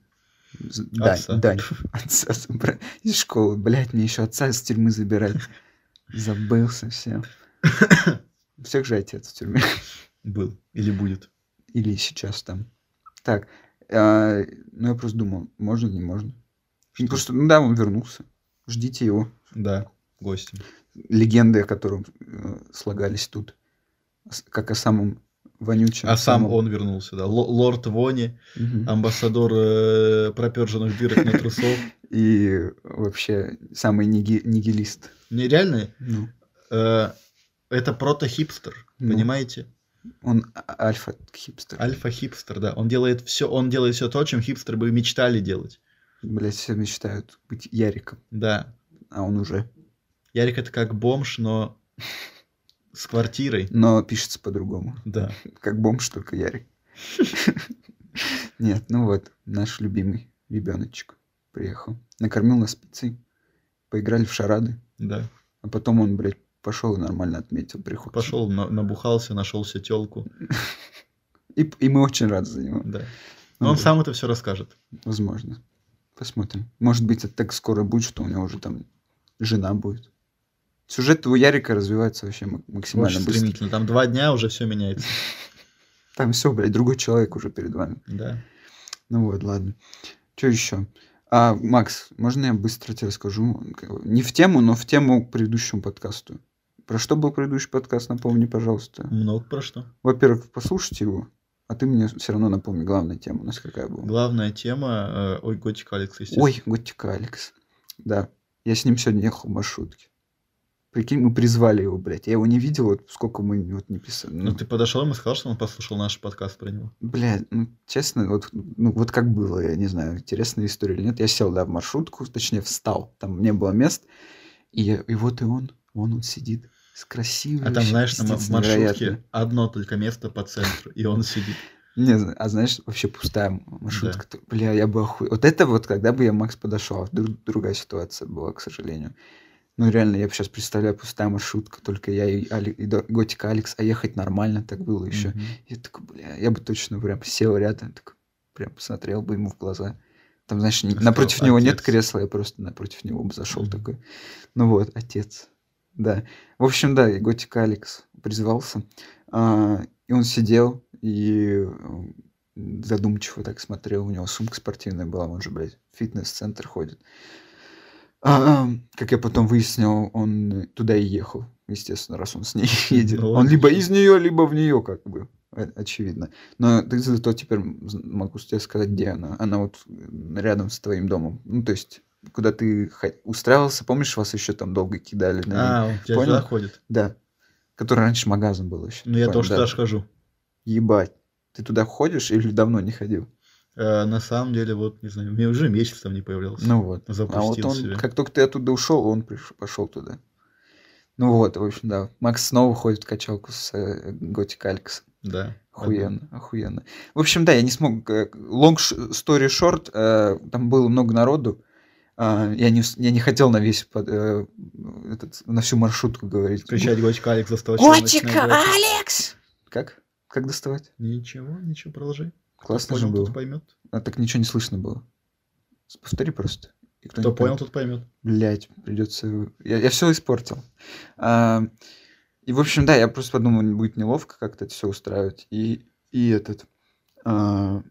З- Дань,
Отца.
дань. Отца забрать. Из школы, блядь, мне еще отца из тюрьмы забирать. Забыл совсем. У всех же отец в тюрьме.
Был. Или будет.
Или сейчас там. Так, а, ну я просто думал, можно, не можно. Ну, Просто, ну да, он вернулся. Ждите его.
Да, гостем.
легенды, о котором э, слагались тут, с- как о самом вонючем.
А сам
самом-
он вернулся, да. Ло- Лорд Вони,
Мгм.
амбассадор э, проперженных дырок на трусов.
И вообще самый ниги- нигилист.
Не, реально,
Ну,
э, это прото-хипстер,
Ну.
понимаете?
он а- альфа-хипстер.
Альфа-хипстер, да. Он делает все, он делает все то, чем хипстеры бы мечтали делать.
Блять, все мечтают быть Яриком,
Да.
а он уже.
Ярик это как бомж, но с квартирой.
Но пишется по-другому.
Да.
Как бомж, только Ярик. Нет, ну вот, наш любимый ребеночек приехал. Накормил нас пиццей. Поиграли в шарады.
Да.
А потом он, блядь, пошел и нормально отметил приход.
Пошел, на- набухался, нашелся телку.
И, и мы очень рады за него.
Да. Но он
Ну Да.
сам это все расскажет.
Возможно. Посмотрим. Может быть, это так скоро будет, что у него уже там жена будет. Сюжет у Ярика развивается вообще мак- максимально
Очень
быстро.
стремительно. Там два дня уже все меняется.
Там все, блядь, другой человек уже перед вами.
Да.
Ну вот, ладно. Что еще? А, Макс, можно я быстро тебе расскажу? Как бы Не в тему, но в тему к предыдущему подкасту. Про что был предыдущий подкаст, напомни, пожалуйста.
Много про что.
Во-первых, послушайте его, а ты мне все равно напомни главную тему, у нас какая была.
Главная тема... э, ой, Готика Алекс, естественно.
типа. Ой, Готика Алекс. Да, я с ним сегодня ехал в маршрутке. Прикинь, мы призвали его, блядь. Я его не видел, вот сколько мы вот не писали.
Ну,
Ну,
ты подошел ему и сказал, что он послушал наш подкаст про него.
Блядь, ну, честно, вот, ну, вот как было, я не знаю, интересная история или нет. Я сел, да, в маршрутку, точнее, встал, там не было мест. И, я- и вот и он, вон он сидит. С красивой.
А там,
вообще,
знаешь, там
пиздец,
в маршрутке
невероятно.
одно только место по центру, и он сидит.
Не, зна- а знаешь, вообще пустая маршрутка. Ты- Бля, я бы охуел. Вот это вот, когда бы я Макс подошел, а вдруг другая ситуация была, к сожалению. Ну, реально, я сейчас представляю, пустая маршрутка, только я и, Али- и до- Готика Алекс, а ехать нормально так было еще.
Мгм.
Я такой, бля, я бы точно прям сел рядом, такой, прям посмотрел бы ему в глаза. Там, знаешь, не-
Сказал,
напротив него нет
«Отец».
кресла, я просто напротив него бы зашел
Мгм.
такой. Ну вот, отец. Да. В общем, да, и Готик Алекс призвался. А, и он сидел и э, м, задумчиво так смотрел. У него сумка спортивная была, он же, блядь, в фитнес-центр ходит. А, а, как я потом выяснил, он туда и ехал. естественно, раз он с ней едет.
Ну,
он либо
логично.
из нее, либо в нее, как бы, о- очевидно. Но ты зато теперь з- могу тебе сказать, где она. Она вот м, рядом с твоим домом. Ну, то есть, куда ты хо- устраивался, помнишь, вас еще там долго кидали? на
А, он тебя
Понял.
сюда ходит.
Да. Который раньше магазин был еще.
Ну, я
Понял,
тоже
да.
туда ж хожу.
Ебать. Ты туда ходишь или давно не ходил?
Э, На самом деле, вот, не знаю, у меня уже месяц там не появлялся.
Ну вот. а вот
Запустил
он,
себя.
как только ты оттуда ушел, он приш- пошел туда. Ну вот, в общем, да. Макс снова ходит в качалку с э, Готик Алькс.
Да.
Охуенно, охуенно. В общем, да, я не смог... э, Long sh- story short, э, там было много народу. а, я, не, с- я не хотел на весь... под- э, этот, на всю маршрутку говорить.
Кричать Готика Алекс заставать.
Котика Алекс!
Как? Как доставать?
Ничего, ничего, продолжай.
Классно же
Понял,
было.
тот поймет.
А так ничего не слышно было. С- Повтори просто. И кто
Кто
не
понял, тот поймет.
Блять, придется. Я, все испортил. А, и, в общем, да, я просто подумал, не будет неловко как-то это все устраивать. И, и этот. а,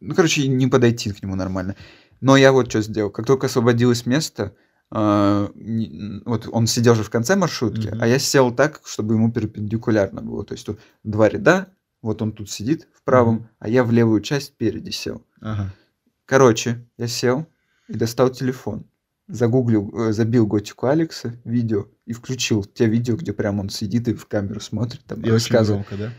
ну, короче, и не подойти к нему нормально. Но я вот что сделал. Как только освободилось место, а, не- н- вот он сидел же в конце маршрутки,
Мгм.
а я сел так, чтобы ему перпендикулярно было. То есть тут два ряда, вот он тут сидит в правом, а я в левую часть впереди сел.
Ага.
Короче, я сел и достал телефон. Загуглил, э, забил готику Алекса видео и включил те видео, где прям он сидит и в камеру смотрит, там
И очень
рассказывает.
громко, да?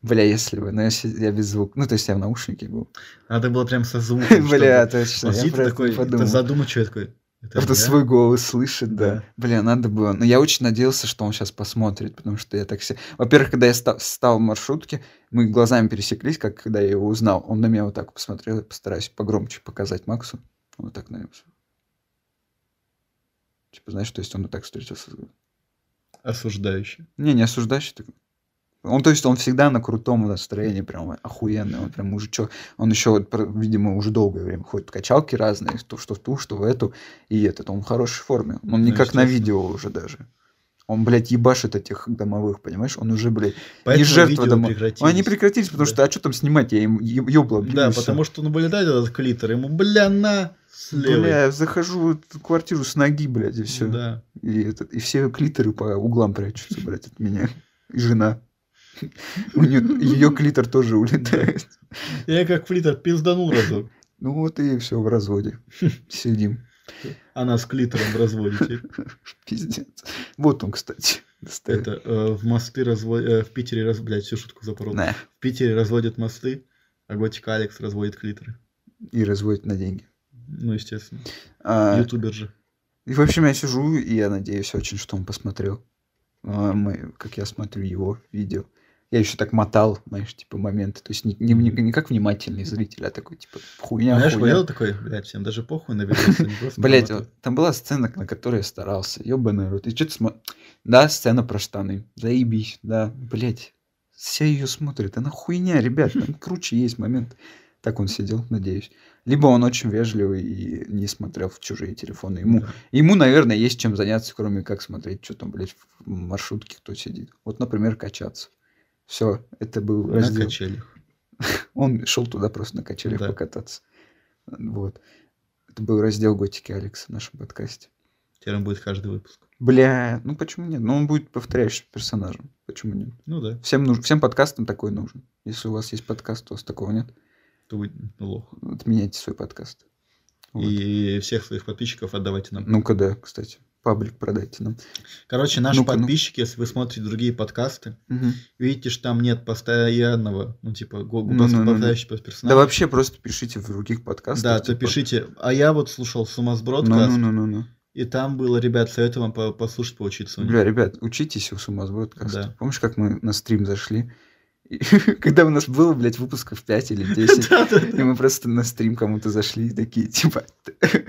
Бля, если бы, но я, си- я без звука. Ну, то есть я в наушнике был.
Надо было прям со звуком. чтобы-
Бля,
Он
точно, я
сидит
про это
такой,
не
это
подумал.
задумчивый такой. Это
Это
я?
свой голос слышит, да.
Да.
Бля, надо было. Но я очень надеялся, что он сейчас посмотрит, потому что я так все. Во-первых, когда я ста- встал в маршрутке, мы глазами пересеклись, как когда я его узнал. Он на меня вот так посмотрел, я постараюсь погромче показать Максу. Он вот так на меня посмотрел. Типа, знаешь, то есть он вот так встретился. с-
Осуждающий.
Не, не осуждающий такой. Он, то есть, он всегда на крутом настроении, прям охуенный, он прям мужичок. Он еще, вот, про- видимо, уже долгое время ходит в качалки разные, то, что в ту, что в эту, и этот, он в хорошей форме. Он не
Ну,
как на
естественно.
видео уже даже. Он, блядь, ебашит этих домовых, понимаешь? Он уже, блядь,
Поэтому
жертва
видео
дома-
прекратились.
они прекратились, потому
да.
что, а что там снимать, я им еб- ёбла бью,
Да,
и всё.
потому что наблюдает этот клитор, ему, бля, на, слева.
Бля, Ну, я захожу вот в квартиру с ноги, блядь, и все.
Да.
И, этот, и все клиторы по углам прячутся, блядь, от меня. И жена. У нее, ее клитор тоже улетает.
Я как клитор пизданул разок.
Ну вот и все в разводе. Сидим.
Она с клитором в разводе теперь.
Пиздец. Вот он, кстати. Стоит.
Это э, в мосты разводят, в Питере раз, блядь, всю шутку запорол.
На.
В Питере разводят мосты, а Готик Алекс разводит клиторы.
И разводит на деньги.
Ну, естественно.
А,
Ютубер же.
и, в общем, я сижу, и я надеюсь очень, что он посмотрел. а, мои- как я смотрю его видео. Я еще так мотал, знаешь, типа, моменты. То есть не, не- не как внимательный зритель, а такой, типа, хуйня,
Знаешь,
хуйня.
поел такой, блядь, всем даже похуй на видос, они просто
Блять,
работают.
там была сцена, на которой я старался. Ёбаный рот. И что ты смо- Да, сцена про штаны. Заебись, да. Блять, все ее смотрят. Она хуйня, ребят. Там круче есть момент. Так он сидел, надеюсь. Либо он очень вежливый и не смотрел в чужие телефоны. Ему,
Да.
ему наверное, есть чем заняться, кроме как смотреть, что там, блядь, в маршрутке кто сидит. Вот, например, качаться. Все, это был
На
раздел.
качелях.
Он шел туда просто на качелях
Да.
покататься. Вот. Это был раздел готики Алекса в нашем подкасте.
Теперь он будет каждый выпуск.
Бля, ну почему нет? Ну он будет повторяющим персонажем. Почему нет?
Ну да,
Всем, нуж... Всем подкастам такой нужен. Если у вас есть подкаст, у вас такого нет,
ты будь лох.
отменяйте свой подкаст. Вот. Ну,
И всех своих подписчиков отдавайте нам.
Ну-ка да, кстати. Паблик продайте нам.
Короче, наши
Ну-ка, ну.
подписчики, если вы смотрите другие подкасты,
Мгм.
видите, что там нет постоянного, ну, типа, го-
Ну, ну, ну, ну.
повторяющего
Да
персонажа.
вообще просто пишите в других подкастах.
Да, то
типа,
пишите. А я вот слушал сумасбродкаст,
Ну-ну-ну-ну.
и там было, ребят, советую вам по- послушать, поучиться у них.
Бля, ребят, учитесь у сумасбродкаста.
Ну, Да.
Помнишь, как мы на стрим зашли? И Когда у нас было, блядь, выпусков 5 или 10.
Да-да-да.
И мы просто на стрим кому-то зашли и такие, типа,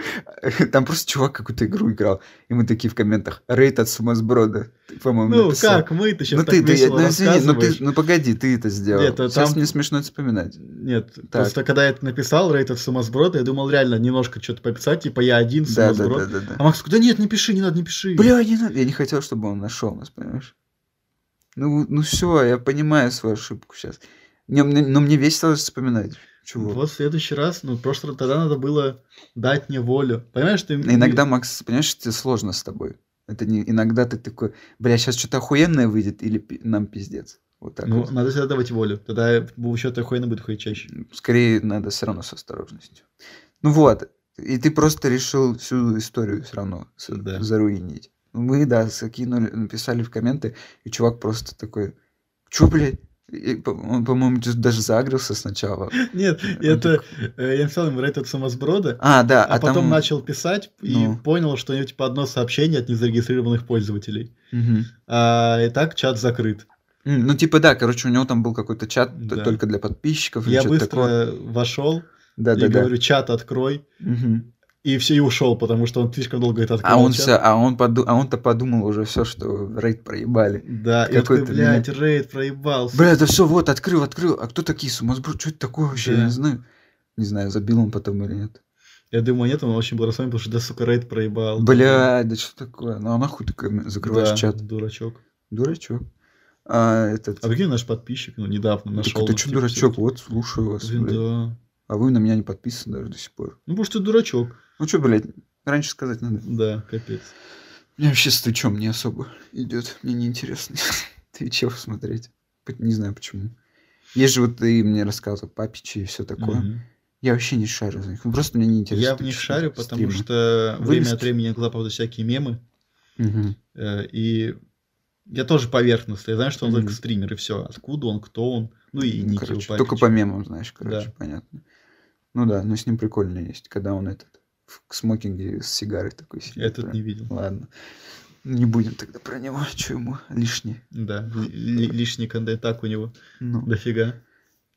там просто чувак какую-то игру играл. И мы такие в комментах, рейд от сумасброда. Ты, по-моему,
Ну,
написал.
как мы-то сейчас
Ну
так
ты, ты,
весело
ну, извини, ну, ты,
рассказываешь.
ну погоди, ты это сделал.
Нет, а
Сейчас
там-
мне смешно это вспоминать.
Нет, просто когда я это написал, Рейд от сумасброда, я думал реально немножко что-то пописать, типа я один
Да, да,
сумасброд.
да, да,
А
да.
Макс, такой, да нет, не пиши, не надо, не пиши.
Бля, не надо. Я не хотел, чтобы он нашел нас, понимаешь? Ну, ну все, я понимаю свою ошибку сейчас. Не, мне- но мне весело вспоминать. Чего?
Вот в следующий раз, ну, в прошлый раз тогда надо было дать мне волю. Понимаешь, ты...
Ну, Иногда, Макс, понимаешь, тебе сложно с тобой. Это не иногда ты такой, бля, сейчас что-то охуенное выйдет или пи- нам пиздец. Вот так
Ну,
вот.
надо всегда давать волю. Тогда в счет охуенно будет ходить чаще.
Скорее надо все равно с осторожностью. Ну вот, и ты просто решил всю историю все равно с-
Да.
заруинить. Мы, да, закинули, написали в комменты, и чувак просто такой, чё, блядь? И, по- он, по-моему, чё- даже загрелся сначала.
Нет, это... э, Я написал ему рейд от самосброда,
А, да,
а,
а,
потом
там...
начал писать и
Ну.
понял, что у него типа одно сообщение от незарегистрированных пользователей.
Мгм.
А и так чат закрыт.
М, Ну, типа, да, короче, у него там был какой-то чат т-
Да.
только для подписчиков. или
Я
чё-то
быстро
такое.
вошел
Да,
и
да, да.
говорю, чат открой.
Мгм.
И все, и ушел, потому что он слишком долго это открыл.
А он
чат.
всё- а он поду- а он-то подумал уже все, что рейд проебали.
Да, и я такой,
Какой-то
блядь, рейд проебался.
Бля, это все, вот, открыл, открыл. А кто такие сумасброд? Что это такое вообще? Я
Да.
не знаю. Не знаю, забил он потом или нет.
Я думаю, нет, он очень был расстроен, потому что, да, сука, рейд проебал.
Бля, да что такое? Ну а нахуй ты ком- закрываешь
Да,
чат?
дурачок.
Дурачок. А этот...
А прикинь, наш подписчик, ну, недавно
Так
нашел.
это что, дурачок? Вот, слушаю вас, блядь.
Да.
А вы на меня не подписаны даже до сих пор.
Ну, потому что ты дурачок.
Ну что, блядь, раньше сказать надо.
Да, капец.
Мне вообще с Твичом не особо идет. Мне неинтересно Твичев смотреть. Пот- Не знаю почему. Есть же вот ты мне рассказывал папичи и все такое.
Мгм.
Я вообще не шарю за них. Ну, Просто мне неинтересно.
Я в них
Twitch
шарю,
смотреть,
потому
стримы.
что время от
Вырезки.
времени иногда попадают всякие мемы.
Мгм.
э, И я тоже поверхностный. Я знаю, что он
Мгм.
только стример, и все. Откуда он, кто он. Ну и
Ну,
Ники
короче,
Упапич.
Только по мемам, знаешь, короче,
Да.
понятно. Ну да, но с ним прикольно есть, когда он этот в смокинге с сигарой такой сидит.
Этот
прям.
не видел.
Ладно. Не будем тогда про него, что ему лишнее.
Да, ли- ли- лишний контент так у него.
Ну.
Дофига.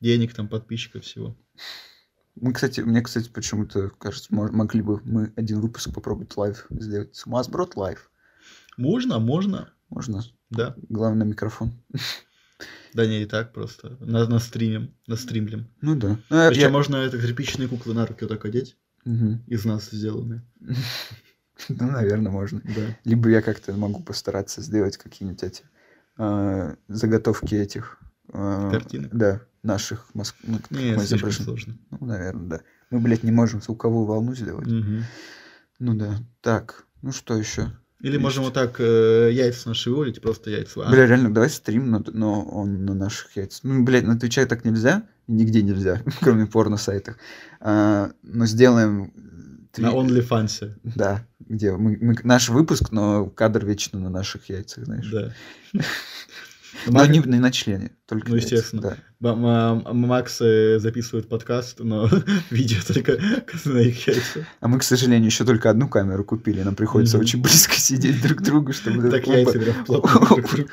Денег там, подписчиков всего.
Мы, кстати, мне, кстати, почему-то кажется, мо- могли бы мы один выпуск попробовать лайв сделать. Сумасброд лайв.
Можно, можно.
Можно?
Да.
Главное, микрофон.
Да не, и так просто. На, на стриме, на стримлем.
Ну да. Ну, я-
Еще
я-
можно это тряпичные куклы на руки вот так одеть.
Мгм.
Из нас сделанные.
Ну, наверное, можно.
Да.
Либо я как-то могу постараться сделать какие-нибудь эти а, заготовки этих... а,
Картинок?
Да, наших Моск... ну, как
Не,
мы
слишком
изображен-
сложно.
Ну, наверное, да. Мы, блядь, не можем звуковую волну сделать.
Мгм.
Ну да. Так, ну что еще?
Или
Есть.
можем вот так э, яйца наши вывалить, просто яйца. А,
Бля, реально, давай стрим, но, но он на наших яйцах. Ну, блядь, на Твиче так нельзя. Нигде нельзя, кроме порно-сайтах. А, но сделаем... э,
А, на
тви-
OnlyFans.
Да, где мы, мы- наш выпуск, но кадр вечно на наших яйцах, знаешь. Ну,
Да.
Но
Мак-
не, не на члене, только
Ну,
яйца,
естественно.
да.
Бам- а, Макс э, записывает подкаст, но видео только на их яйца.
А мы, к сожалению, еще только одну камеру купили. Нам приходится
Мгм.
очень близко сидеть друг к другу, чтобы...
Так
оба-
яйца прям плотно друг к другу.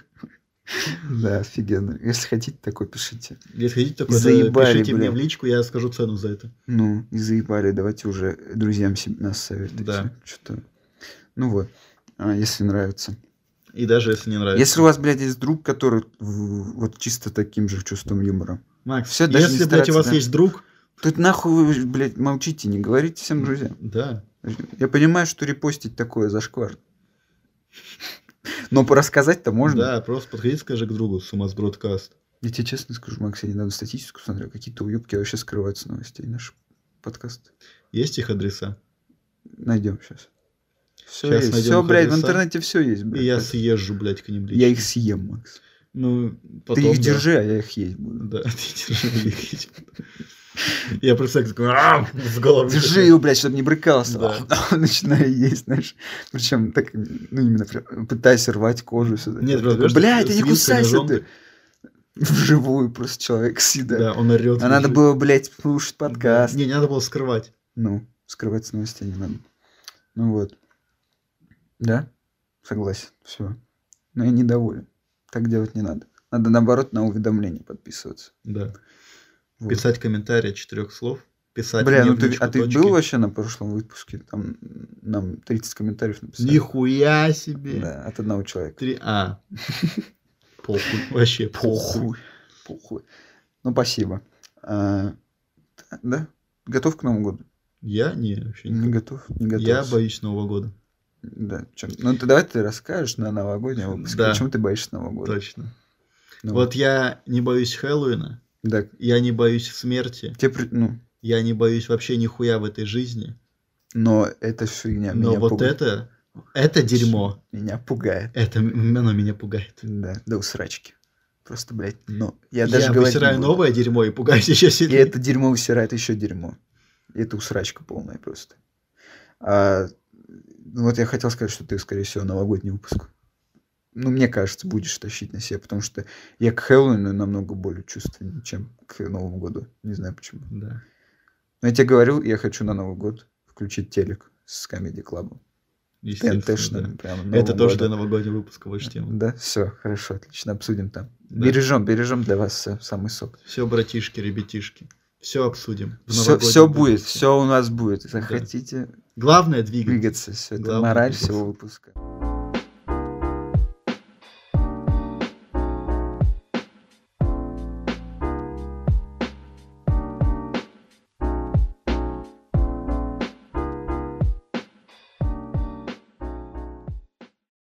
Да, офигенно. Если хотите, такое пишите.
Если хотите такое, то
Заебали,
пишите мне
блин.
в личку, я скажу цену за это.
Ну, и заебали. Давайте уже друзьям себе- нас советуйте.
Да.
Что-то... Ну вот. А, если нравится.
И даже если не нравится.
Если у вас, блядь, есть друг, который в- вот чисто таким же чувством юмора,
Макс,
Всё, даже не
если, блядь, у
стараться,
вас
да.
есть друг,
тут нахуй вы, блядь, молчите, не говорите всем друзьям.
да.
Я понимаю, что репостить такое зашквар. Но порассказать-то можно.
Да, просто подходи, скажи к другу, сумасбродкаст.
Я тебе честно скажу, Макс, я недавно статистику смотрел, какие-то уебки вообще скрывают с новостей наш подкаст.
Есть их адреса?
Найдем сейчас. Все
Щас
есть.
найдем
Все,
их
блядь, в
адреса.
интернете все есть, блядь.
И я съезжу, блядь, к ним лично.
Я их съем, Макс.
Ну, потом...
Ты их
да.
держи, а я их есть буду.
Да, ты держи их. Я представляю, как такой «Ам!» с головы.
Держи его, блядь, чтобы не брыкался.
Да.
Начинаю есть, знаешь. Причем так, ну именно прям пытаясь рвать кожу сюда.
Нет, просто,
Такой,
кажется,
блядь, да не
свинка,
кусайся
ножом
ты. Вживую просто человек съедает.
Да, он орет.
А надо было, блядь, слушать
Да.
подкаст.
Не, не надо было скрывать.
Ну, скрывать с новостей не надо. Ну вот. Да? Согласен. Все. Но я недоволен. Так делать не надо. Надо, наоборот, на уведомления подписываться.
Да.
Вот.
Писать комментарий от четырех слов. Писать
Бля,
мне
ну
в
ты,
личку
а ты
точки.
был вообще на прошлом выпуске? Там нам 30 комментариев написали.
Нихуя себе.
Да, от одного человека.
Три... А. Похуй. Вообще похуй.
Похуй. Ну, спасибо. А, да? Готов к Новому году?
Я не, вообще не
Не готов? Не готов.
Я боюсь Нового года.
Да, чё- Ну, ты, давай ты расскажешь на новогоднем выпуске,
Да.
почему ты боишься Нового года.
Точно.
Ну,
Вот я не боюсь Хэллоуина.
Да,
Я не боюсь смерти.
Тебе при- ну,
Я не боюсь вообще нихуя в этой жизни.
но это фигня.
Но
меня
вот
пугает.
это Это дерьмо.
Меня пугает.
Это м- оно меня пугает.
Да, до усрачки. Просто, блядь, ну, я
Я,
даже говорить не
высираю
буду.
новое дерьмо и пугаюсь еще
И
сильнее.
это дерьмо высирает еще дерьмо. И это усрачка полная просто. А, ну вот я хотел сказать, что ты, скорее всего, новогодний выпуск. Ну, мне кажется, будешь тащить на себе, потому что я к Хэллоуину намного более чувствую, чем к Новому году. Не знаю почему.
Да.
Но я тебе говорил, я хочу на Новый год включить телек с Comedy Club.
естественно, да.
ТНТшным. прямо на
Это
Новом
тоже
году.
для новогоднего выпуска больше тема.
Да, все, хорошо, отлично, обсудим там.
Да.
Бережем, бережем для вас э, самый сок.
Все, братишки, ребятишки. Все обсудим. в
Все,
новогоднем
будет,
выпуске.
все у нас будет. Захотите,
Главное двигаться.
двигаться. Все, это
Главное
мораль
двигаться.
всего выпуска.